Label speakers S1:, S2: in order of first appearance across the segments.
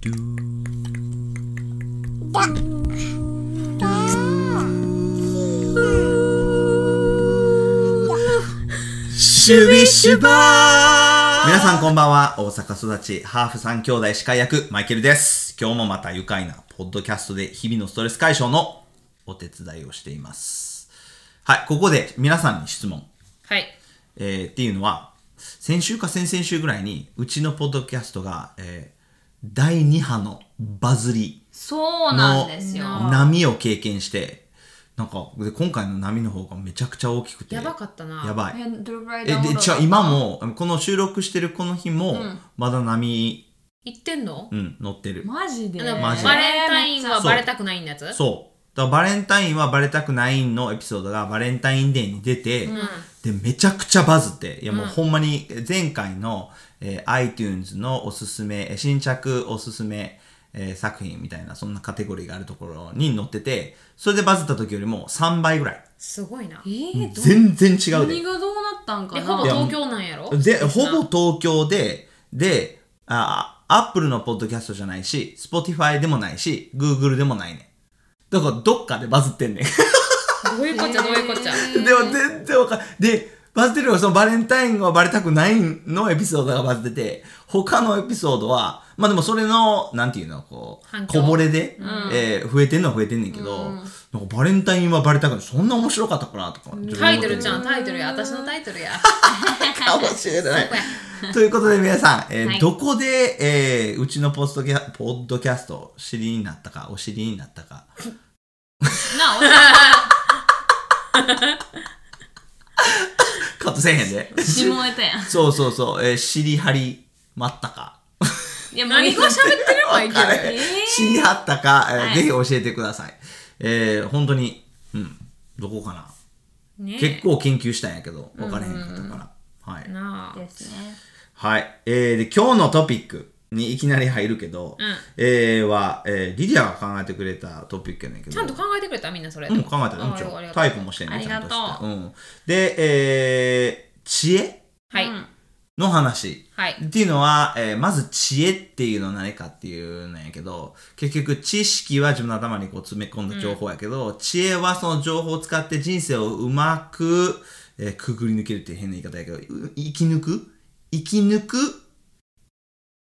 S1: ドゥー
S2: だだ
S1: シュビシュバー
S3: 皆さんこんばんは。大阪育ち、ハーフ3兄弟司会役、マイケルです。今日もまた愉快なポッドキャストで日々のストレス解消のお手伝いをしています。はい、ここで皆さんに質問。
S4: はい。
S3: えーっていうのは、先週か先々週ぐらいに、うちのポッドキャストが、えー第2波のバズり
S4: そうな
S3: の
S4: んですよ。
S3: 波を経験して、なんか、で今回の波の方がめちゃくちゃ大きくて。
S4: やばかったな。
S3: やばい。
S2: えどれぐらい
S3: えで
S2: ダウンロー
S3: 違
S2: ド
S3: う今もこの収録してるこの日も、まだ波、
S4: 言ってんの
S3: うん、乗ってる、
S2: マジで
S4: あの
S3: マジで
S4: バレンタイン
S3: そ
S4: は
S3: う
S4: バレたくないんだやつ
S3: そうだからバレンタインはバレたくないんのエピソードがバレンタインデーに出て、でめちゃくちゃバズっていやもうほんまに前回の、えー iTunes のおすすめえー新着おすすめ、えー作品みたいなそんなカテゴリーがあるところに載っててそれでバズった時よりも3倍ぐらい
S4: すごいな。
S2: えー、ど
S3: 全然違うで
S2: 何がどうなったんか
S4: で、
S2: な
S4: ほぼ東京なんやろ
S3: で、ほぼ東京で、で、あ、アップルのポッドキャストじゃないし、Spotify でもないし、Google でもないねん。だから、どっかでバズってんねん。
S4: どういうこっちゃどういうこっちゃ。
S3: でも、全然わかんで、バズってるのはそのバレンタインはバレたくないのエピソードがバズってて、他のエピソードは、まあでもそれの、なんていうの、こ
S4: 反
S3: う、
S4: 響
S3: こぼれで、えー増えてんのは増えてんねんけど、なんかバレンタインはバレたくない。そんな面白かったかなとか。自分
S4: タ
S3: で思
S4: イ
S3: っ
S4: ト
S3: て
S4: ル
S3: ん
S4: じ
S3: ね
S4: ゃん、タイトルや。私のタイ トルや。
S3: かもしれない。 ということで皆さん、えー
S4: はい
S3: どこで、えーうちのポストキャポッドキャスト知りになったかお知りになったか
S2: なあお茶
S3: カットせえへんで
S2: 下ネタやん
S3: そうそうそう、えー、知り張り待ったか
S2: いやもう
S4: 何が喋ってればいいけど。
S3: 彼知り張ったか、えー
S2: はい
S3: ぜひ教えてくださいえー、本当にうんどこかな、
S4: ね
S3: 結構研究したんやけど分からへんかったから、はい
S4: なあ。
S2: ですね
S3: はい。えーで、今日のトピックにいきなり入るけど、
S4: ん
S3: えーは、えーリディアが考えてくれたトピックやねんけど。
S4: ちゃんと考えてくれたみんなそれ。
S3: うん、考えたら、うん、
S4: あ
S3: ち
S4: あり
S3: ょ
S4: がとう
S3: タイプもしてんね、ちゃんとし
S4: ありが
S3: て。
S4: と
S3: うん。で、えー、知恵
S4: はい。
S3: の話。
S4: はい
S3: っていうのは、えーまず知恵っていうのは何かっていうのやけど、結局知識は自分の頭にこう詰め込んだ情報やけど、知恵はその情報を使って人生をうまく、えーくぐり抜けるっていう変な言い方やけど、う生き抜く生き抜く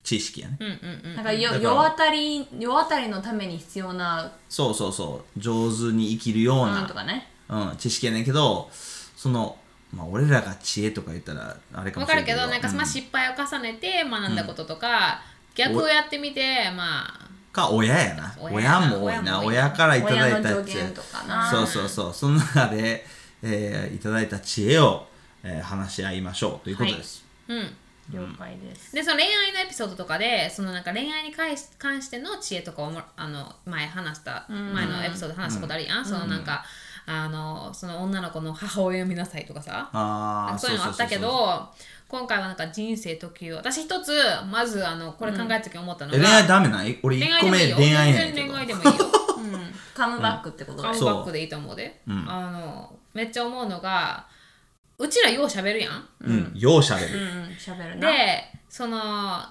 S3: 知識やね。
S4: うんうんうん。
S2: なんかよ
S3: だから
S2: 世渡り世渡りのために必要な
S3: そうそうそう。上手に生きるよう
S2: な
S3: なん
S2: とかね
S3: うん、知識やねんけどその、まあ、俺らが知恵とか言ったらあれかも
S4: わ
S3: しれな
S4: かる
S3: いけ
S4: け
S3: ど
S4: ど、なんか
S3: う
S4: まあ失敗を重ねて学んだこととか、逆をやってみて、まあ、
S3: か親やな
S4: 親
S3: 親
S4: やな
S3: も多いな
S4: 親も多
S3: 親
S4: いな
S3: からいただ
S2: 親
S3: い
S2: の
S3: た
S2: 助
S3: 知恵
S2: 言とかな
S3: そうそうそうその中で、えーいただいた知恵を、えー話し合いましょうということです、
S4: うん。
S2: 了解です
S4: でその恋愛のエピソードとかでそのなんか恋愛に関し関しての知恵とかをもあの前話した前のエピソードで話したことあるやん、そのなんか、あのその女の子の母親を見なさいとかさ
S3: ああ
S4: そういうのあったけど今回はなんか人生時を私一つまずあのこれ考えた時思ったのが、
S3: 恋愛ダメない俺1個目恋愛やね
S4: 全
S3: んけ
S4: 然
S3: ど
S4: 恋愛でもいいよ
S2: カムバックってこと
S4: カ
S2: だ
S4: ム
S3: そ
S2: よ
S3: う
S4: バックでいいと思うで、あのめっちゃ思うのがうちらよう喋るやん
S3: うん、ようしゃべる、
S2: うん喋る
S4: で
S2: な
S4: その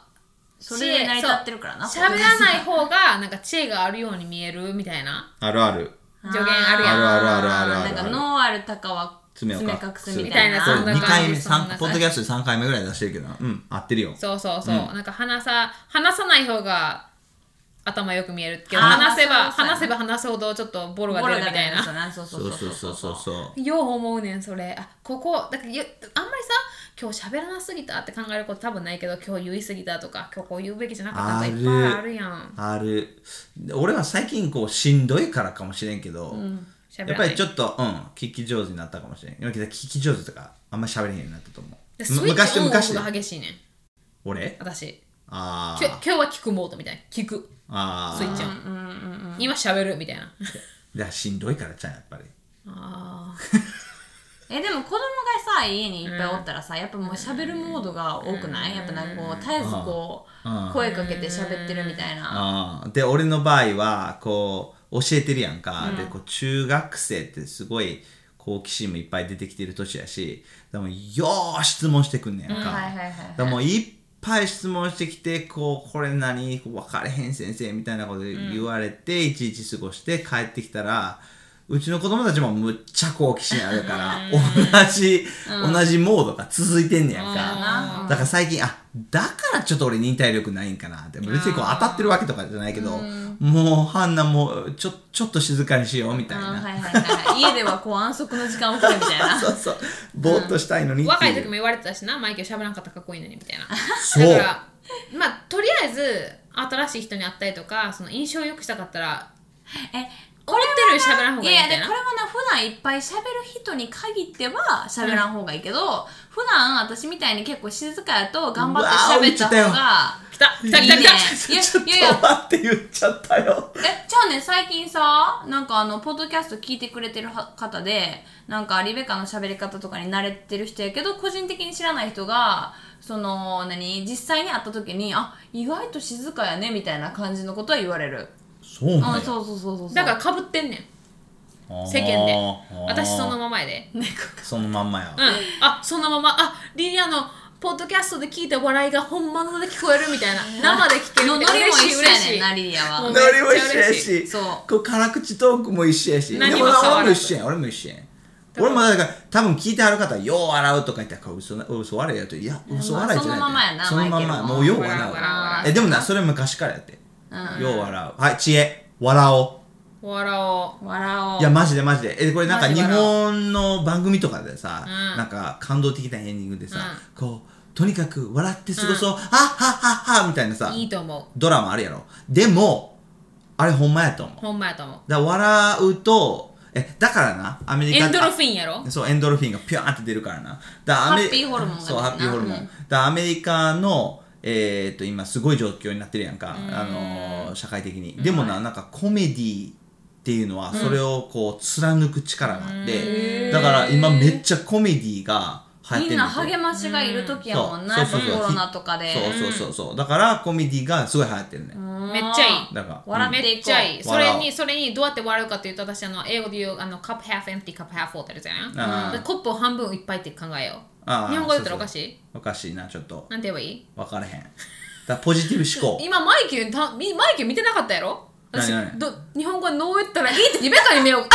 S2: それで成り立ってるからな
S4: 喋らない方がなんか知恵があるように見えるみたいな
S3: あるある
S4: 助言あるやん
S3: あるあるあるあるあ
S2: な
S3: る
S2: んか脳ある鷹は
S3: 爪を
S2: 爪
S3: 隠
S2: 隠
S3: す
S2: すみ
S4: みた
S2: たい
S4: いな
S2: な
S4: そんな
S3: 2回目
S4: そんな感
S3: 三
S4: じ
S3: ポッドキャストで3回目ぐらい出してるけどなうん合ってるよ
S4: そうそうそう、なんか話さ話さない方が頭よく見えるけど
S2: あー
S4: 話せば
S2: まあそうそう
S4: 話せば話すほどちょっとボロが
S2: ボ
S4: 出
S2: ロ
S4: るみ
S2: が出
S4: たい
S2: るやつ
S4: な。
S2: だなそうそ
S3: そう
S2: う
S3: そ
S2: そうう
S3: そ
S2: そうう
S3: そうそう
S4: よう思うねんそれあここだからよあんまりさ今日喋らなすぎたって考えること多分ないけど今日言いすぎたとか今日こう言うべきじゃなかったとかいっぱいあるやん
S3: あるで俺は最近こうしんどいからかもしれんけど、
S4: 喋
S3: やっ
S4: ら
S3: ぱ
S4: ない
S3: りちょっとうん聞き上手になったかもしれん今聞き上手とかあんまり喋れへんようになったと思
S4: で
S3: う
S4: ス
S3: む
S4: イッ
S3: 昔
S4: チ
S3: と
S4: オンオ
S3: 昔
S4: フ
S3: で
S4: が激しいねん
S3: 俺
S4: 私
S3: あ
S4: きょ
S3: ー
S4: 今日は聞くモードみたいな聞く
S3: あ
S4: スイッチオン、今喋るみたいな
S3: ーだからしんどいからちゃんやっぱり
S4: あ
S2: えでも子供がさ家にいっぱいおったらさやっぱもう喋るモードが多くないやっぱなんかこう絶えずこう声かけて喋ってるみたいな
S3: あーで俺の場合はこう教えてるやんか、でこう中学生ってすごい好奇心もいっぱい出てきてる年やしでもよう質問してくんねやんか、
S2: はいはいはいはい
S3: でもいっぱい質問してきて、こう、これ何分かれへん先生みたいなこと言われて、いちいち過ごして帰ってきたら、うちの子供たちもむっちゃ好奇心あるから、同じ、同じモードが続いてんねやん
S2: そうや
S3: か。
S2: な
S3: だから最近、あ、だからちょっと俺忍耐力ないんかなって。別にこう当たってるわけとかじゃないけど、もうハンナもうちょ、ちょっと静かにしようみたい
S2: あーは
S3: な。
S2: いはいはい家ではこう安息の時間を取るみた いな
S3: そうそう。ぼーっとしたいのにってう
S4: 若い時も言われてたしなマイケル喋らんかったらかっこいいのにみたいな
S3: そう
S4: だからまあとりあえず新しい人に会ったりとかその印象を良くしたかったら
S2: え
S4: 思ってるより喋らん方が
S2: い
S4: いいみ
S2: やい
S4: たい
S2: やで
S4: な
S2: これはな普段いっぱい喋る人に限っては喋らん方がいいけど、普段私みたいに結構静かやと頑張って喋った
S3: う
S2: 方が
S3: わ
S4: 来た来た
S2: い
S4: 来
S2: いね
S4: た
S2: い
S4: 来
S2: や
S4: た
S3: ちょっと
S2: いや
S3: 待
S2: いや
S3: って言っちゃったよ。
S2: え、じゃあね、最近さ、なんかあの、ポッドキャスト聞いてくれてるは方で、なんかリベカの喋り方とかに慣れてる人やけど、個人的に知らない人が、その、何、実際に会った時に、あ、意外と静かやね、みたいな感じのことは言われる。
S3: そう
S2: あ、
S3: なんや。
S2: そうそうそうそうそう。
S4: だからかぶってんねん世間で私そのままや で、うん、
S3: そのまんまや。
S4: あそのままあリリアのポッドキャストで聞いた笑いが本物で聞こえるみたいな生で聞ける
S2: の、
S4: っ
S2: ノ
S4: て
S2: リも
S4: 嬉し
S2: 一
S4: い
S2: 緒や
S4: 嬉し
S2: ねん
S4: い
S2: な、リリアは。
S4: も
S2: う
S4: う
S2: わ
S3: ノリも一緒や
S4: めっちゃ嬉し
S3: し、
S2: そう
S3: こう辛口トークも一緒やし、
S4: 何
S3: で
S4: も
S3: もな
S4: 触ら
S3: 俺
S4: ず
S3: も一緒やん、俺も一緒やん。俺もだから、多分聞いてある方は、よう笑うとか言ったら、これ嘘な嘘笑いやと、いや、嘘笑いじゃない。
S2: まあそのままやな
S3: そのままや、
S2: マイケルも
S3: もうよう
S4: 笑う
S3: 笑
S4: 笑う笑
S3: う。え、でもな、それ昔からやって。よう笑う。はい、知恵、笑おう。
S4: う笑お
S2: 笑おう。
S3: いや、マジでマジで。え、これなんか
S4: マジ
S3: 日
S4: 笑う
S3: 本の番組とかでさ、
S4: うん
S3: なんか感動的なエンディングでさ、こう、とにかく笑って過ごそう、あっはっはっはみたいなさ
S4: う、いいと思
S3: ドラマあるやろ。でも、あれほんまやと思う
S4: う。ほんまやと思う
S3: だから笑うと、え、だからな、アメリカ
S4: エン
S3: って
S4: ドルフィンやろ
S3: そう、エンドルフィンがピューンって出るからな。だアメ
S2: ハッピーホルモンが出て
S3: そう、
S2: な
S3: ハッピーホルモン。
S2: うん
S3: だアメリカの、えーっと、今すごい状況になってるやんか。あのー社会的に。でもな、なんかコメディっていうのは、それをこう、貫く力があって、だから今めっちゃコメディが流行って
S2: みん
S3: る
S2: な励ましがいる時やもんな、
S3: そ
S2: や
S3: う
S2: っ
S3: そう
S2: ぱ
S3: そうそう
S2: コロナとかで。
S3: そうそうそうそう。だからコメディがすごい流行ってるね。
S4: めっちゃいい
S3: だから、
S2: 笑
S4: めっちゃいい。
S3: ん
S4: それ
S3: 笑
S4: に、それにどうやって笑うかというと、私、あの英語で言う、あの、カップ half empty、カップ half full ってあるじゃ
S3: あ
S4: な
S3: ー
S4: いでコップを半分いっぱいって考えよ
S3: あ
S4: う。
S3: ー
S4: 日本語だったらおかしい
S3: そうそうおかしいな、ちょっと。
S4: なんて言えばいい
S3: 分からへん。だからポジティブ思考。
S4: 今、マイキューた、みマイキュー見てなかったやろ私
S3: ないない
S4: ど、日本語はノー言ったらいいってリベカに目を。マイ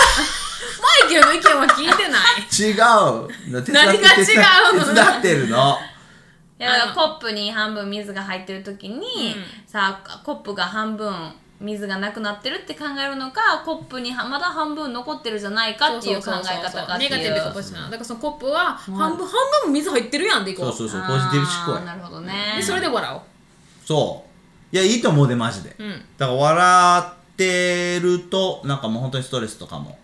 S4: キューの意見は聞いてない。
S3: 違う手伝って
S4: 何が違うの
S3: 手伝ってるの
S2: いやだから
S4: あ
S2: コップに半分水が入ってる時に、さあコップが半分水がなくなってるって考えるのかコップにはまだ半分残ってるじゃないか っていう考え方がってい
S4: ネ
S2: う
S4: ガティブとポジティブなの。だからそのコップは、半分、半分水入ってるやんでいこ。
S3: そううそうそう
S2: あー
S3: ポジティブ思考
S2: な
S3: や
S2: るほどね
S4: でそれで笑おう。
S3: そういやいいと思うでマジで、
S4: ん
S3: だから笑ってるとなんかもう本当にストレスとかも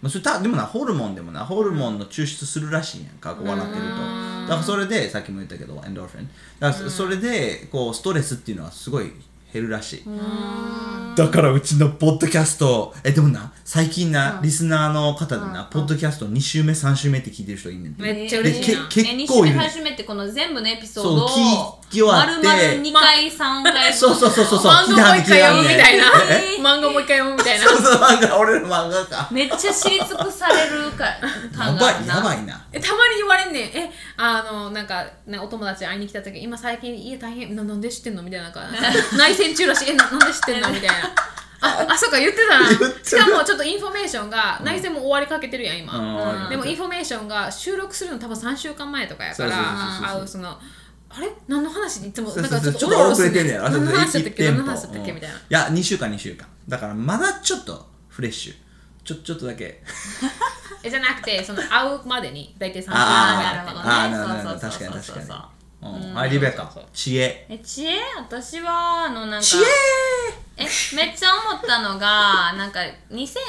S3: まあそれたでもなホルモンでもなホルモンの抽出するらしいやんかこう笑ってるとだからそれでさっきも言ったけどエンドルフィンだからそそれでこうストレスっていうのはすごい減るらしいだからうちのポッドキャストえでもな最近な、リスナーの方でな、ポッドキャスト2週目3週目って聞いてる人いんねんて
S4: めっちゃ嬉しいな
S3: で。け
S2: え二
S3: 結構い
S2: 週
S3: る
S2: 目
S3: ね
S2: 初めてこの全部のエピソードを
S3: そう聞き終わって
S2: 丸々2回3回
S3: そうそうそうそうそう。
S4: 漫画もう一回読むみたいな
S2: え。
S4: 漫画もう一回読むみたいな。
S3: そうそう、漫画、俺の漫画か。
S2: めっちゃ知り尽くされるか
S3: や
S2: 感があ
S3: ば
S2: る
S3: い、
S2: な
S3: やばいな。
S4: えたまに言われんねんえあのなんかねお友達会いに来た時今最近家大変ななんで知ってんのみたいななんか 内戦中らしいえななんで知ってんのみたいなああそうか言ってた
S3: 言っ
S4: な
S3: てた
S4: しかもちょっとインフォメーションが内戦も終わりかけてるやん今、
S3: うん
S4: でもインフォメーションが収録するの多分3週間前とかやから
S3: そうそうそうそう
S4: 会うそのあれ何の話いつも
S3: そう
S4: なん
S3: そう
S4: か
S3: そう
S4: ち
S3: ち
S4: ょ
S3: ょ
S4: っ
S3: っ
S4: とお
S3: と
S4: ろ
S3: 遅
S4: そ
S3: れ
S4: か
S3: てんねやろ。
S4: 何の話だったっけ
S3: 一店
S4: 何の
S3: 舗
S4: 話だったっけ
S3: うん
S4: みたいない
S3: や、2週間、2週間。だから、まだちょっとフレッシュ。ちょ、ちょっとだけ。
S4: えじゃなくてその会うまでに大体3週間
S2: あー
S4: 前だった
S2: なるほどね
S3: あーなるほど、なるほど。
S2: そう
S3: 確
S2: そ
S3: か
S2: う
S3: に、
S2: そう
S3: 確
S2: そ
S3: か
S2: う
S3: に。うんはい、リベカ
S4: そうそう。
S3: 知恵。
S2: え知恵私はあのなんか
S3: 知恵
S2: えめっちゃ思ったのがなんか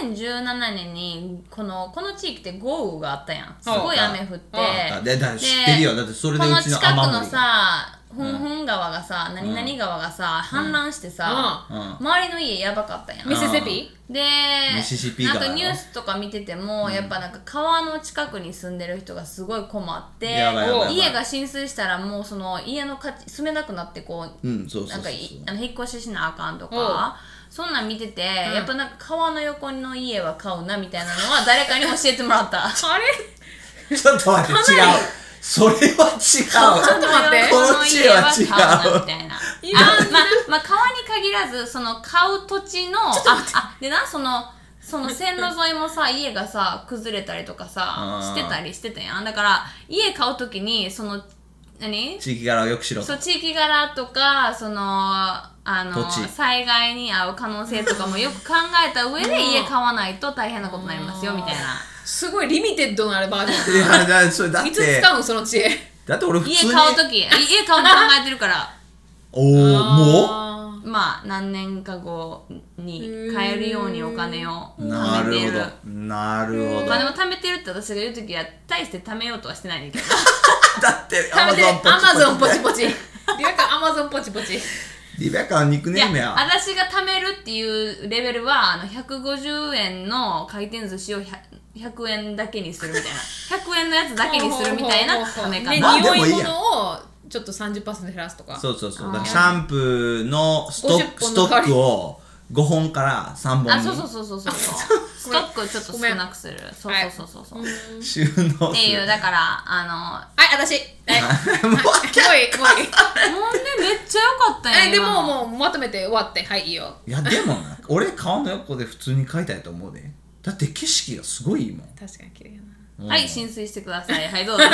S2: 2017年にこのこの地域って豪雨があったやんすごい雨降って
S3: あでだから知ってるよだってそれでうちの
S2: この近く
S3: 雨
S2: の
S3: 降り
S2: さふんふん川がさ、何々川がさ、氾濫してさ、
S3: うんうん
S2: 周りの家やばかったやん
S4: ミシシッピ
S2: で
S3: ミシシッピ
S2: な
S3: 川よ
S2: んかニュースとか見てても、やっぱなんか川の近くに住んでる人がすごい困って
S3: やばいやばいやばい
S2: 家が浸水したらもうその家の価値住めなくなってこう
S3: うん、そうそう
S2: な
S3: そ
S2: ん
S3: う
S2: か
S3: そう。
S2: いあの引っ越ししなあかんと
S4: おう
S2: かそんなん見てて、やっぱなんか川の横の家は買うなみたいなのは誰かに教えてもらった
S4: あれ
S3: ちょっと待って、違う。それは
S4: ちょ
S3: 違
S4: っと待って
S2: この家は 買うなみたいな。
S4: 違う
S2: あーまあ、まあ、川に限らず、その買う土地の、あ、あ、でな、その、その線路沿いもさ、家がさ、崩れたりとかさ、
S3: あ
S2: し
S3: ー
S2: てたりしてたやん。だから、家買うときに、その、何
S3: う。地域柄をよくしろと
S2: そう、。地域柄とか、その、あの、
S3: 土地
S2: 災害に遭う可能性とかもよく考えた上で家買わないと大変なことになりますよ、みたいな。
S4: すごいリミテッドのあれバージョン
S3: いやだそれだっ
S4: いつ
S3: て、
S4: 使うのその知恵
S3: だって俺普通
S2: 家
S3: に。
S2: 買うとき、家買うの考えてるから。
S3: おお、もう
S4: あ
S2: まあ何年か後に買えるようにお金を
S3: な
S2: 貯め
S3: るほ
S2: てる
S3: ど。なるほど。
S2: お金
S3: だ
S2: を貯めてるって私が言う時は大して貯めようとはしてないねんけど
S3: って、
S4: ー食べてアマゾンポチ
S3: チ。
S4: ポチリアカアマゾンポチポチ
S3: リベカのニックネー
S2: い
S3: ム
S2: や
S3: や。
S2: 私が貯めるっていうレベルはあの150円の回転寿司を 100, 100円だけにするみたいな100円のやつだけにするみたいな貯め
S4: で
S3: まあ
S2: 方
S3: でもいいやん
S4: 匂い物をちょっと30%減らすとか
S3: そうそうそう。だからシャンプーのストック
S4: 50
S3: スト
S4: 本の代わ
S3: ッ
S4: り
S3: クを5本から3本に
S2: あそうそうそうそうそうストックをちょっと少なくするそう
S4: めん
S2: そうそうそうそう、っ
S3: 収納
S2: て
S3: す
S2: いう
S3: る。
S2: だからあ
S4: はい私はい
S3: もう
S4: はいもういいもういい
S2: のもうねめっちゃ良かったやん
S4: えで
S2: 今の
S4: ももうまとめて終わってはいいいよ
S3: いや、でもな、俺顔の横で普通に描いたいと思うで。だって景色がすごいいいもん。
S4: 確かに綺麗やな
S2: はい、浸水してください。はい、どうぞ。
S3: 違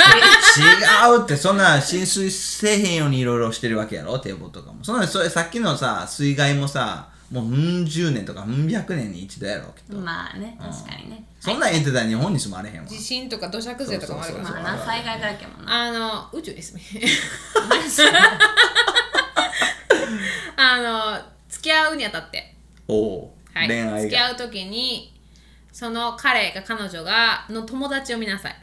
S3: うってそんな浸水せえへんようにいろいろしてるわけやろ堤防とかもそんなそれさっきのさ水害もさもううん十年とかうん百年に一度やろきっと、
S2: まあね、確かにね。
S3: そんなん言ってたら日本に住まれへんわ
S4: 地震とか土砂崩れとかもあるかもし
S3: そう
S4: れ
S2: ま
S4: な
S2: あ
S4: い
S2: な、災害だらけやもんな。
S4: あの宇宙ですね あの付き合うにあたって
S3: おおう、
S4: はい、
S3: 恋愛
S4: 付き
S3: が
S4: 合う時にその彼が彼女がの友達を見なさい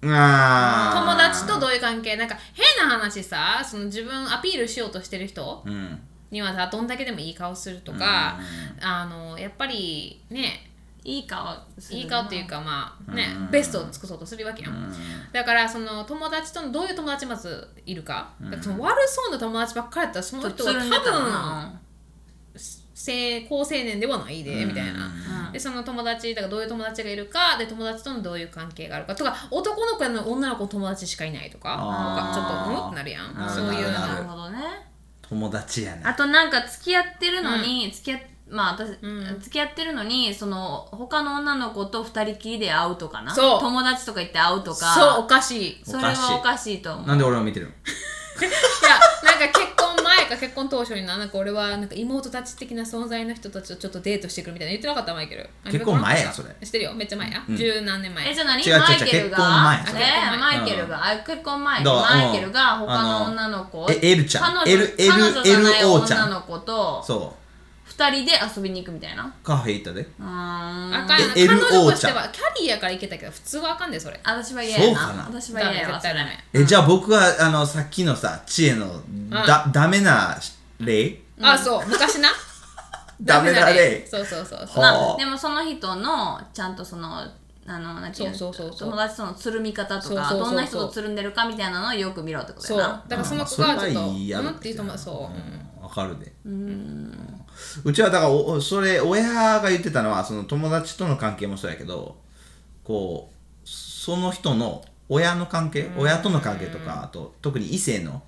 S4: 友
S3: あ
S4: 達とどういう関係なんか変な話さその自分アピールしようとしてる人
S3: ーうん
S4: にはさどんだけでもいい顔するとか、あのやっぱりね
S2: いい顔する。
S4: いい顔っていう
S2: か。
S4: かまあね、ベストを尽くそうとするわけよ、だからその友達とのどういう友達まずいるか,、その悪そうな友達ばっかりだったらその人は多分性高青年ではないで、みたいな、でその友達だからどういう友達がいるかで友達とのどういう関係があるかとか男の子やの女の子の友達しかいないとか
S3: あー
S4: なんかちょっとうんってなるや
S3: なる
S4: ん
S3: ほ
S4: そう
S3: ど
S4: いう
S3: なる
S2: な
S3: ほ
S2: る
S3: ど
S4: の
S2: ほどね。
S3: 友達やな
S2: あとなんか付き合ってるのに、付き合っまあ私、
S4: ん
S2: 付き合ってるのに、その、他の女の子と二人きりで会うとかな。
S4: そう
S2: 友達とか行って会うとか。
S4: そうおかしいいや
S2: それはおかしいと思う。
S3: なんで俺を見てるの
S4: なんか結婚前か結婚当初にななんか俺はなんか妹たち的な存在の人たちとちょっとデートしてくるみたいな言ってなかったマイケル
S3: 結婚前やそれ
S4: してるよめっちゃ前や、十何年前
S2: え、じゃあ何
S3: 違う違う
S2: マイケル
S3: 結
S2: が
S3: 婚前
S2: ねマイケルが、あ結婚前に
S3: だから
S2: マイケルが
S3: うん
S2: 他の
S3: あの
S2: 女の子
S3: え L ちゃん
S2: 彼女
S3: L-
S2: 彼女じゃない
S3: LO ちゃん
S2: 女の子と
S3: そ
S2: 二人で遊びに行くみたいな
S3: うカフェ行ったで
S2: うーん
S4: あかんやな
S3: え
S4: 彼女
S3: LO
S4: として
S3: ちゃん
S4: はキャリアからいけたけど普通はあかんでそれ
S2: 私は嫌や
S3: そうかな
S2: な私は嫌やわ
S4: 絶対ダ
S2: そ
S4: メ
S2: れ
S3: え、じゃあ僕はあのさっきのさ知恵のだ、ダメな例
S4: あそう昔な
S3: ダメな例
S4: そうそうそうそう
S2: ま
S3: は
S2: あでもその人のちゃんとそのあのなんていうの
S4: そうそうそうそう
S2: 友達とのつるみ方と
S4: そうそう
S2: か
S4: そうそう
S2: どんな人とつるんでるかみたいなのをよく見ろってこと
S4: そう
S2: やな
S4: だからその子
S3: まあ
S4: が
S3: そ
S4: ちょっ
S3: れ
S4: と
S3: はいいや
S4: う
S3: ろ
S4: んっていう友達そう
S3: うんわかるでうんうちはだからおおそれ親が言ってたのはその友達との関係もそうやけどこうその人の親の関係親との関係とかあと特に異性の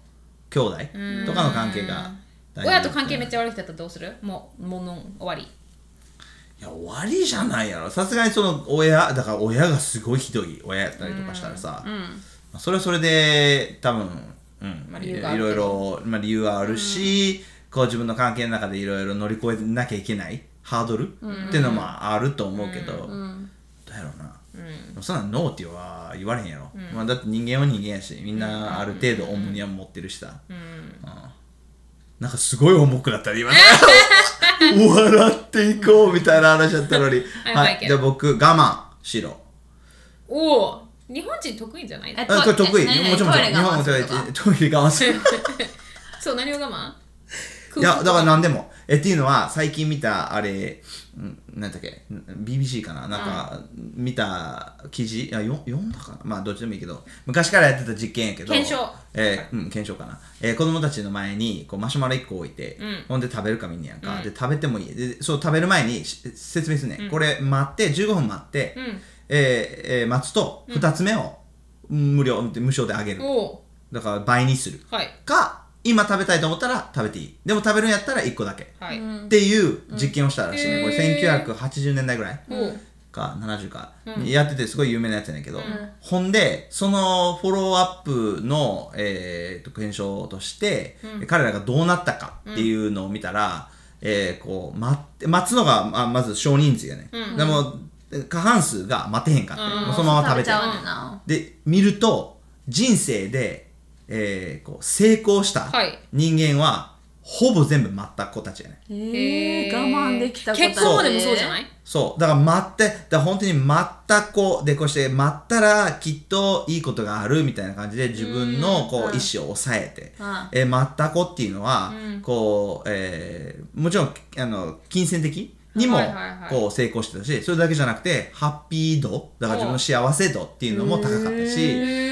S3: 兄弟とかの関係が大事
S4: 親と関係めっち
S3: ゃ
S4: ゃ悪い人だったらどうするもうもの終わり
S3: いや終わりじゃないやろさすがにその親だから親がすごいひどい親やったりとかしたらさ、まあそれはそれで多分、うんまあ、い
S4: 理由があるけど
S3: ろいろ、まあ、理由はあるし、こう自分の関係の中でいろいろ乗り越えなきゃいけないハードル、っていうのもあると思うけど、どうやろうな、でもそんなんノーっては言われへんやろ、まあ、だって人間は人間やしみんなある程度オムニアム持ってるしさ、うんなんかすごい重くな ったり今笑っていこうみたいな話だったのに
S4: は
S3: は
S4: いマイ
S3: い
S4: ケル
S3: じゃあ僕我慢しろ
S4: おお日本人得意じゃない
S2: え
S3: あこれ得意
S2: ねねね
S3: もちろんもちろん日本も
S2: ト
S3: トイ
S2: イレ
S3: レ
S2: 我慢すると
S3: トイレ我慢する
S4: そう何を我慢
S3: いや、だから何でも。え、っていうのは、最近見た、あれ、んなんだっけ、ん BBC かななんか、見た記事、いや、よ読んだかなまあ、どっちでもいいけど、昔からやってた実験やけど、
S4: 検証
S3: えーうん、検証かな。えー子供たちの前に、こう、マシュマロ1個置いて、ほんで食べるかみんなやんか、で、食べてもいい。で、そう、食べる前にし説明するね、これ、待って、15分待って、えーえー待つと、2つ目を、無料無償であげる
S4: お
S3: だから倍にする
S4: ーはい
S3: か今食べたいと思ったら食べていいでも食べるんやったら1個だけ
S4: はい、
S3: っていう実験をしたらしいね、
S4: うん
S3: こ
S4: へ
S3: れ1980年代ぐらい
S4: おー
S3: か70か、やっててすごい有名なやつやねんけど、ほんでそのフォローアップの、えーと検証として、彼らがどうなったかっていうのを見たら、えーこう待って待つのがままず少人数やね、ん、でも過半数が待てへんかって、もうそのまま食べ
S2: ち
S3: て
S2: ゃうねんな。
S3: で見ると人生で、えーこう成功した
S4: はい
S3: 人間は、ほぼ全部待った子たちやね
S2: ええ
S4: ー
S2: 我慢できたこと
S4: 結婚までもそうじゃない
S3: そうだから待ってだから本当に待った子でこうして待ったらきっといいことがあるみたいな感じで自分のこう意思を抑えて、
S2: うん
S3: えー待った子っていうのは、こう、えーもちろんあの金銭的にも
S4: はいはいはい
S3: こう成功してたしそれだけじゃなくてハッピー度だから自分の幸せ度っていうのも高かったし、えー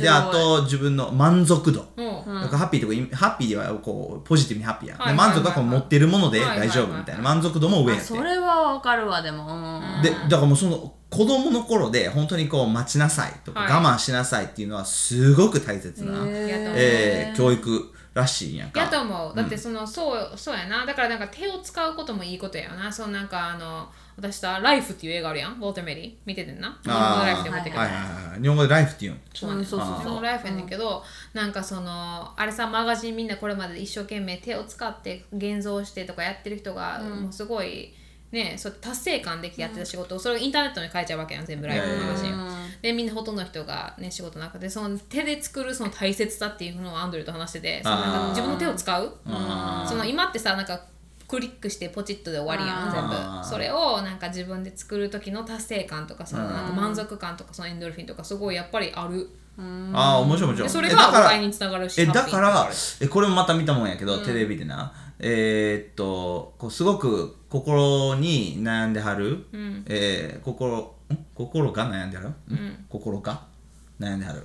S3: であと自分の満足度、
S4: おー
S3: なんかハッピーとかイ、ハッピーはこう、ポジティブにハッピーやん。
S4: はい
S3: で
S4: はいはい
S3: 満足はこう持ってるもので大丈夫
S4: はいはいはい
S3: みたいな。満足度も上
S2: あ
S3: やって。
S2: それはわかるわでも、うん
S3: で、だからもうその、子供の頃で本当にこう、待ちなさいとか、
S4: はい
S3: 我慢しなさいっていうのはすごく大切な、えー教育らしいんやんか。
S4: やと思うだってその、そうそうやなだからなんか手を使うこともいいことやよなそのなんかあの私さ「ライフっていう映画あるやんウォーターメリー見ててんな日本語のライ
S3: あ
S4: フ
S3: ー
S4: で
S3: は
S4: も
S3: い
S4: や
S3: はい
S4: ってるけど、
S3: はいはい。日本語でライフっていうん。
S4: そうなん
S2: う
S4: で
S2: ん
S4: す
S2: そうそう
S4: 日
S2: そう
S4: 本のライフやねんけど、なんかそのあれさマガジンみんなこれまで一生懸命手を使って現像してとかやってる人が、もうすごいねそう達成感できてやってた仕事を、それをインターネットに変えちゃうわけやん全部ライフのマガジンを、でみんなほとんどの人がね仕事なくてその手で作るその大切さっていうのをアンドリューと話しててそのなんか自分の手を使うその今ってさなんかクリックしてポチッとで終わりやん全
S3: あ
S4: 部それをなんか自分で作る時の達成感とかそのなんか満足感とかそのエンドルフィンとかすごいやっぱりある
S3: ああ、面白い面白
S4: で
S3: い。
S4: それ
S3: えだ
S4: が
S3: から
S4: 互いにつながるし
S3: え
S4: ハッピー
S3: だからえこれもまた見たもんやけど、テレビでなえーっとこうすごく心に悩んではる、えー心ん心が悩んではる、ん、心が悩んではる、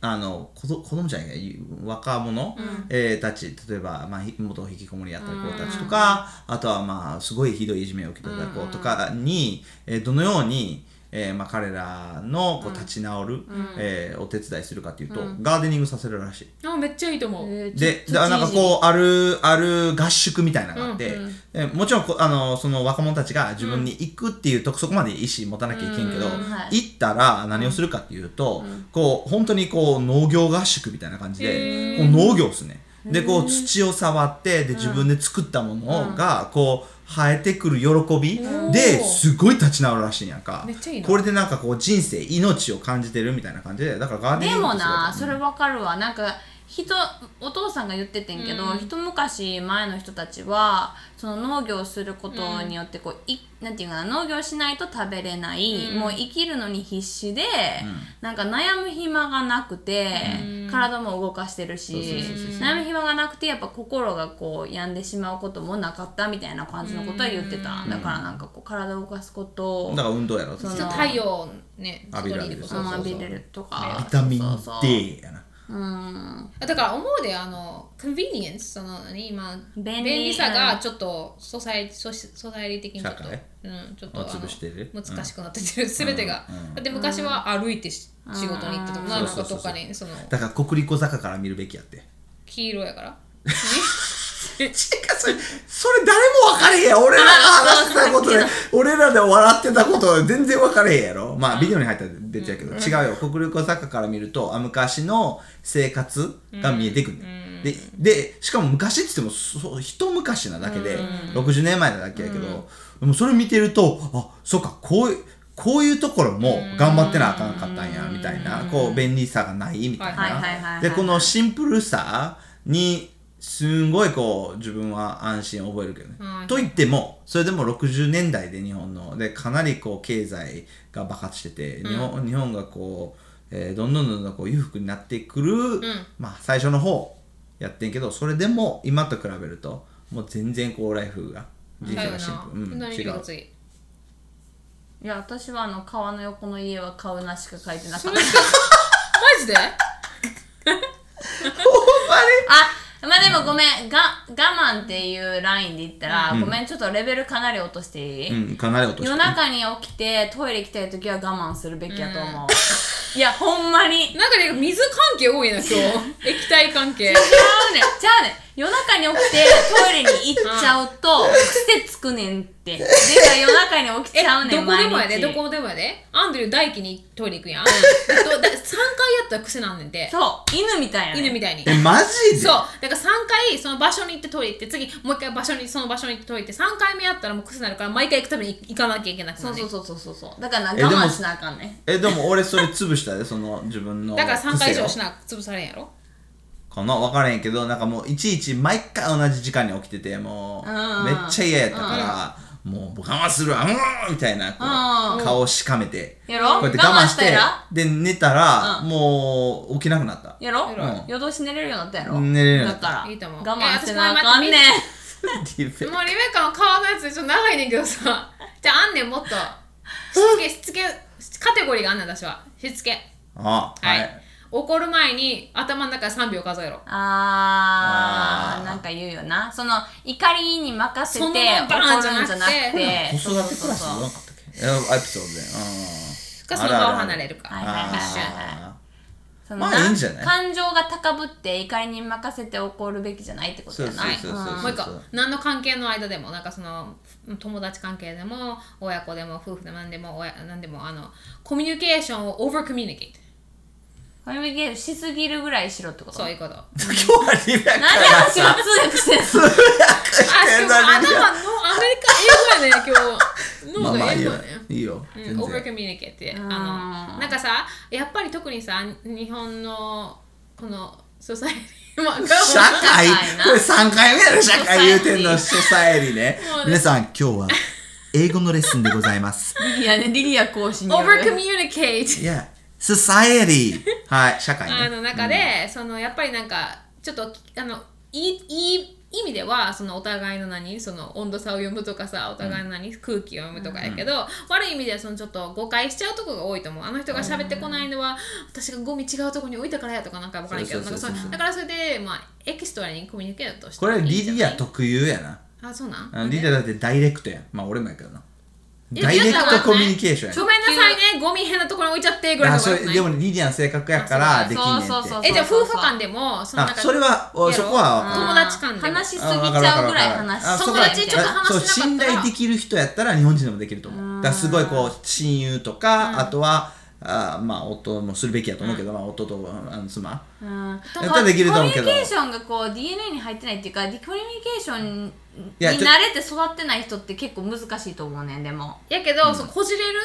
S3: あの子ど子供じゃないか若者、えーたち例えば、まあ、ひ元引きこもりやった子たちとか、あとはまあすごいひどいいじめを受けてた子とかに、えーどのように、えーまあ、彼らのこう立ち直る、えーお手伝いするかっていうと、ガーデニングさせるらしい。
S4: あめっちゃいいと思う、
S2: えー
S3: で、
S2: ちょ
S3: だからなんかこう、ある、ある合宿みたいなのがあって、えもちろんこ、あの、その若者たちが自分に行くっていうと、そこまで意思持たなきゃいけんけど、
S2: はい
S3: 行ったら何をするかっていうと、こう、本当にこう、農業合宿みたいな感じで、こう農業っすね。で、こう、土を触って、で、自分で作ったものが、こう、生えてくる喜びで
S4: おー
S3: すごい立ち直るらしいんやんか。
S4: めっちゃいいな
S3: これでなんかこう人生、命を感じてるみたいな感じで、だからガーデニン
S2: で
S3: グ
S2: も
S3: ってすごい
S2: なそれわかるわなんか人お父さんが言っててんけど、一昔前の人たちはその農業をすることによってこう、いなんていうかな農業しないと食べれない、もう生きるのに必死で、なんか悩む暇がなくて、体も動かしてるし悩む暇がなくてやっぱ心がこう病んでしまうこともなかったみたいな感じのことは言ってた、だからなんかこう体を動かすことを
S3: だから運動やろ、
S2: そう
S4: ちょっと太陽をね
S3: 浴びるわけ
S4: 外
S3: で
S4: にこ
S3: す
S4: そ
S3: よ
S2: 学びれるとか
S3: ビタミン
S2: そうそう
S3: D やな。
S2: うん
S4: あだから思うであのコンビニエンスその何今
S2: 便利
S4: さがちょっとソサイソシソサイティ的にちょっと
S3: 社会
S4: うんちょっと
S3: を
S4: あの
S3: 潰してる
S4: 難しくなってきてる全てがだって昔は歩いてし仕事に行ったとかなんかどっかにその
S3: だから国立小坂から見るべきやって。
S4: 黄色やから
S3: え、違う、それ、それ誰も分かれへんやん。俺らが話してたことで、俺らで笑ってたことで全然分かれへんやろ。まあ、ビデオに入ったら出ちゃうけど、違うよ。国立小坂から見ると、あ昔の生活が見えてくる、で、で、しかも昔って言っても、そう、一昔なだけで、60年前なだけやけど、でもそれ見てると、あ、そっか、こういう、こういうところも頑張ってなあかんかったんや、みたいな。こう、便利さがない、みたい
S2: はいはいはいはいは
S3: な。
S2: い
S3: で、このこのシンプルさにすんごいこう自分は安心を覚えるけどね。と言ってもそれでも60年代で日本のでかなりこう経済が爆発してて、日本日本がこう、えーどんどんどんどんこう裕福になってくる、まあ、最初の方やってんけどそれでも今と比べるともう全然こうライフが人生
S4: だよ
S3: が
S4: な
S3: シンプル、うん、
S4: 何
S3: 違
S4: 色
S3: う
S4: が。つ い
S2: いや私はあの川の横の家は買うなしか書いてなかった
S4: マジで
S2: あまあでもごめんが我慢っていうラインで言ったら、ごめんちょっとレベルかなり落としていい、
S3: うん、かなり落とし
S2: 夜
S3: て
S2: 中に起きてトイレ行きたい時は我慢するべきやと思う、いや、ほんまに。
S4: なんかね、水関係多いな、今 日。液体関係。
S2: 違うねん違うねん夜中に起きてトイレに行っちゃうと癖つくねんってでか夜中に起きちゃうね
S4: ど
S2: ん
S4: こ
S2: 毎
S4: で
S2: 日
S4: もやで、どこでもやで。アンドリュー大輝にトイレ行くやん。でどだ3回やったら癖なんねんて。
S2: そう犬みたいな、ね、
S4: 犬みたいに。
S3: え、マジで
S4: そう。だから3回その場所に行ってトイレ行って、次もう1回場所に、その場所に行ってトイレ行って、3回目やったらもう癖になるから、毎回行くために行かなきゃいけなくな
S2: そ
S4: る
S2: う
S4: ねん
S2: そうそうそうそうそうだから
S3: え
S2: な
S3: でも
S2: 我慢しなあかんね
S3: え、でも俺それ潰したで、その自分の。
S4: だから3回以上し
S3: い。
S4: な、潰されんやろ。
S3: かな分からへんけど、なんかもういちいち毎回同じ時間に起きてて、もう、
S2: うん
S3: めっちゃ嫌やったから、もう我慢するわ、うんみたいな、こう
S2: うん
S3: 顔をしかめて、
S2: やろ
S3: こうやって我慢して
S2: やら、
S3: で、寝たら、
S2: うん
S3: もう起きなくなった。
S2: やろ、
S4: や
S3: ろ
S2: 夜通し寝れるようになったやろ
S3: 寝れるようにな
S2: だ
S3: っ
S2: ったたら
S4: いいと思う
S2: 我慢してなあかんねん
S4: え
S3: ディ フェ
S4: もうリベカの顔のやつちょっと長いねんけどさ。 じゃあ、あんね ん、もっと。しつけ、しつけ、カテゴリーがあんねん、私は。しつけ。
S3: あ、
S4: は。
S3: はいい。
S4: 怒る前に頭の中で3秒数えろ。
S2: あー
S3: あー
S2: なんか言うよなその怒りに任せて
S4: そ
S2: 怒
S4: のままバーンじゃ
S2: る
S4: なくて
S2: んじゃなくて
S3: 子育
S2: そう
S3: てク
S2: そう
S3: ラスじゃ
S2: そ
S3: な
S2: う
S3: かったっけえエピソード
S4: か、
S3: で。
S4: その場を離れるか。
S2: はいはい はい
S3: あ
S2: その
S3: まあいいんじゃない
S2: 感情が高ぶって怒りに任せて怒るべきじゃないってことやな
S3: そう
S2: い
S3: そうそうそう
S4: もう一個何の関係の間でもなんかその友達関係でも親子でも夫婦でも何でも親何でもあのコミュニケーションをオーバーコミュニケート
S2: コミュニケーションしすぎるぐらいしろってこと
S4: そういう
S2: 何
S4: ことあ
S3: ー今日はリベカ
S2: で
S3: が
S2: 私は
S3: さ、
S2: 通訳してん の
S4: でも頭のアメリカ英語やね今 日
S3: まあ
S4: 脳
S3: ま
S4: の
S3: あいい
S4: 英語
S3: よ
S4: やね。
S3: いいよ。全
S4: オーバーコ
S3: 然。
S4: ミュニケートで、
S2: ん
S4: あのなんかさやっぱり特にさ日本のこのソサエティまあ
S3: 社会
S2: 社会な
S3: これ3回目 やろ、社会言うてんの、ソサエリね
S4: もうね。
S3: 皆さん、今日は英語のレッスンでござい ます。
S2: リリアねリリア講師に
S4: オ
S2: よ
S4: ーバーコ
S2: る
S4: ミュニケート
S3: いや、ソサエリ。はい、社会
S4: あ
S3: ね。
S4: の中で、そのやっぱりなんかちょっとあのいいいい意味ではそのお互いの何その温度差を読むとかさお互いの何、空気を読むとかやけど、悪い意味ではそのちょっと誤解しちゃうとこが多いと思うあの人が喋ってこないのは、私がゴミ違うとこに置いたからやとかなんか分からんけど
S3: そう
S4: な
S3: んそう
S4: か
S3: そうそう
S4: それだからそれで、まあ、エキストラにコミュニケートして
S3: これ、
S4: いいんじゃ
S3: リ
S4: ない
S3: リア特有やな。
S4: あそうなん
S3: うんリリアだってダイレクトやん。まあ、俺もやけどな。
S4: いや
S3: ダイレクトコミュニケーションやん
S4: ごめんなさいねゴミ変なところに置いちゃってぐらい
S3: あ
S4: の
S3: そ
S4: 方が
S3: れ
S4: 良くない
S3: でもリディアの性格やからできんねんって
S2: そうそうそうそう
S4: えじゃあ夫婦間でもその
S3: あ
S4: なんか
S3: それはお
S4: やろ
S3: そこは分かる
S4: 友達間でも
S2: 話しすぎちゃうぐらい話し
S3: あ
S2: す
S3: そ
S2: ぎ
S3: こは
S2: ちゃ
S4: 友達ちょっと話
S3: そう
S4: しなかったら
S3: 信頼できる人やったら日本人でもできると思うだからすごいこう親友とか、あとはあまあ夫もするべきやと思うけど、まあ夫とあの妻
S2: うん
S3: やったらできると思うけど
S2: コミュニケーションがこう DNA に入ってないっていうかコミュニケーションに
S3: いやちょ
S2: 慣れて育ってない人って結構難しいと思うねんでも
S4: やけど、そうこじれる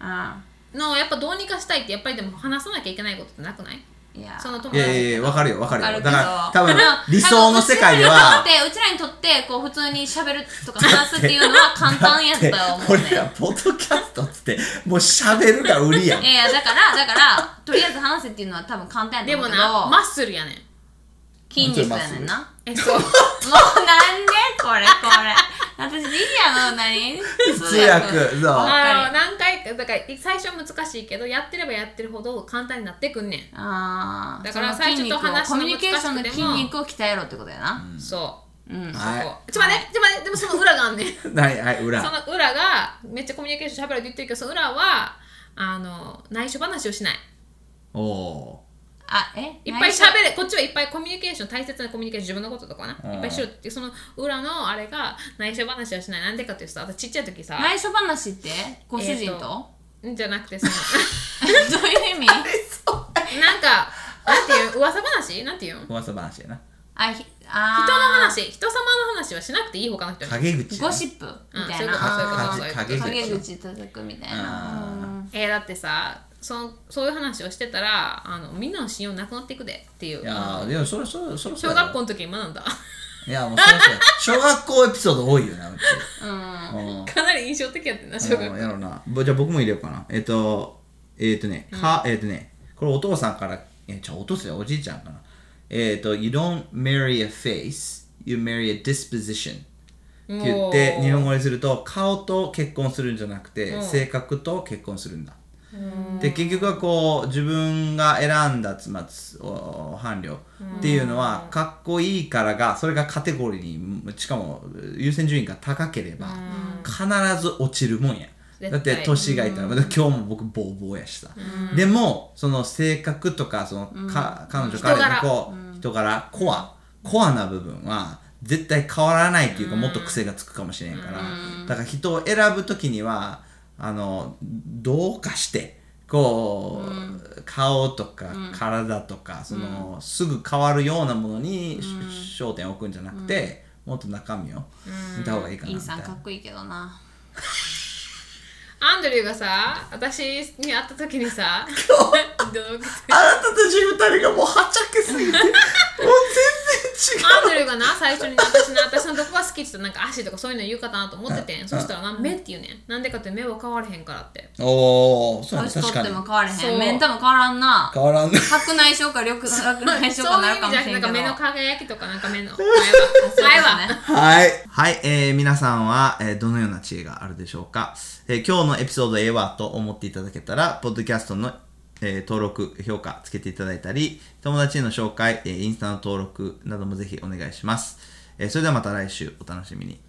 S2: うん
S4: のをやっぱどうにかしたいってやっぱりでも話さなきゃいけないことってなくない
S2: いや
S4: その友
S3: いやいや
S4: 達
S3: いや分かるよ分かるよ
S2: あるけ
S3: だ
S2: ど
S3: から多分
S2: でも
S3: 理想の世界では
S2: 多分うちらにとってうちらにとってこう普通に喋るとか話すっていうのは簡単やった と思うねん
S3: 俺らポッドキャストっつってもう喋るが売りやん
S2: いやいやだからだからとりあえず話せっていうのは多分簡単や
S4: で
S2: と
S4: も
S2: 思うけ
S4: な
S2: ど
S4: マッスルやねん
S2: 筋肉やねんな
S4: えそう
S2: もうなんでこれこれ私リリアの何
S3: 通訳そう
S4: あの何回かだから最初は難しいけどやってればやってるほど簡単になってくんねん、
S2: あー
S4: だから
S2: その筋肉を
S4: 最初と話す
S2: コ
S4: の
S2: ミュニケーションの
S4: 難しく
S2: 筋
S4: ても
S2: 肉を鍛えろってことやな、
S4: そう
S2: うん
S3: はい
S4: こうちょっと待ってちょっと待ってでもその裏があ んねんそ
S3: はいはい裏
S4: の裏がめっちゃコミュニケーション喋るって言ってるけどその裏はあの内緒話をしない
S3: おおー
S2: あえ
S4: いっぱい喋れこっちはいっぱいコミュニケーション大切なコミュニケーション自分のこととか
S3: うん
S4: ないっぱいしろってその裏のあれが内緒話はしないなんでかっていうとさ私ちっちゃい時さ
S2: 内緒話ってご主人と,、
S4: んじゃなくてその
S2: どういう意 味
S4: なんかなんていう噂話なんていうん人の
S3: 噂話やな
S2: あひあー
S4: 話人様の話はしなくていい他の人に
S3: 陰口
S2: ゴシップみたいな、
S4: うん
S2: あ
S4: そういうことそういうことそういうこと
S3: 陰
S2: ー陰
S3: 口
S2: 口叩くみたいな
S3: あ
S4: えーだってさそのそういう話をしてたらあのみんなの信用なくなっていくでっていう
S3: いやーでもそろそろそろそ
S4: 小
S3: ろ
S4: 学校の時に学んだ
S3: いやもうそろそろ小学校エピソード多いよなうち
S2: うん、
S3: うん
S4: かなり印象的やってんな小学
S3: うん
S4: 校
S3: やろうなぼじゃあ僕も入れようかなえっ、とえっ、とねか、えっ、とねこれお父さんからえじゃあお父さんおじいちゃんかなえっ、と You don't marry a face you marry a disposition って言って
S4: おー
S3: 日本語にすると顔と結婚するんじゃなく
S4: う
S3: て
S4: ん
S3: 性格と結婚するんだで結局はこう自分が選んだつまつお伴侶っていうのはかっこいいからがそれがカテゴリーにしかも優先順位が高ければ必ず落ちるもんや
S4: 絶対
S3: だって年がいたら、まだ今日も僕ボーボーやしさ、でもその性格とかそのか、彼女彼のこう人柄コアコアな部分は絶対変わらないっていうか、もっと癖がつくかもしれんから、だから人を選ぶ時にはあのどうかしてこう、顔とか体とか、そのすぐ変わるようなものに、焦点を置くんじゃなくて、もっと中身を見た方がいいかな
S2: イ
S3: み
S2: ン
S3: たい
S2: さん
S3: な
S2: か。っこいいけどな
S4: アンドリューがさ私に会った時にさど う
S3: あなたたち二人がもうはちゃけすぎてもう全然違
S4: アンドリューがな最初に私の私のどこが好きって言ったらなんか足とかそういうの言うかなと思っててんそしたらな目って言うねんなんでかって目は変われへんからって
S3: うおおそうやね
S2: 年取
S3: 確
S2: っ
S3: か
S2: て
S3: に
S2: も変われ
S4: そ
S2: へ
S4: うん
S2: メンタも変わらんな
S3: 変わらんね
S2: 白内障か緑白内障
S4: そう
S2: か
S4: いう意
S2: なるか
S4: 味
S2: も
S4: じゃ
S2: し
S4: なくてなん
S2: れ
S4: ん
S2: け
S4: か
S2: ど
S4: 目の輝きとかなんか目の前
S2: そうですね
S4: は前は
S3: はいはい、えー皆さんは、えーどのような知恵があるでしょうか、えー今日のエピソードええわと思っていただけたらポッドキャストの、えー登録評価つけていただいたり友達への紹介、えーインスタの登録などもぜひお願いします、えーそれではまた来週お楽しみに